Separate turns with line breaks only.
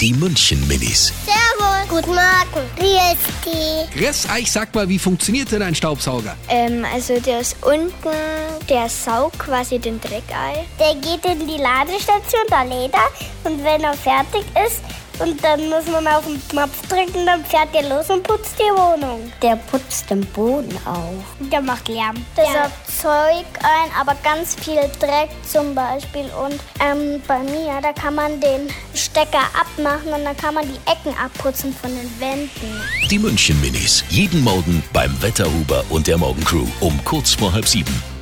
Die München-Minis.
Servus. Guten Morgen. Wie ist die?
Chris Eich, sag mal, wie funktioniert denn ein Staubsauger?
Ähm, also der ist unten, der saugt quasi den Dreck ein.
Der geht in die Ladestation, da lädt er. Und wenn er fertig ist, und dann muss man auf den Knopf drücken, dann fährt der los und putzt die Wohnung.
Der putzt den Boden auf.
Der macht Lärm.
Das erzeugt ein, aber ganz viel Dreck zum Beispiel. Und ähm, bei mir, da kann man den Stecker abmachen und dann kann man die Ecken abputzen von den Wänden.
Die München-Minis. Jeden Morgen beim Wetterhuber und der Morgencrew um kurz vor halb sieben.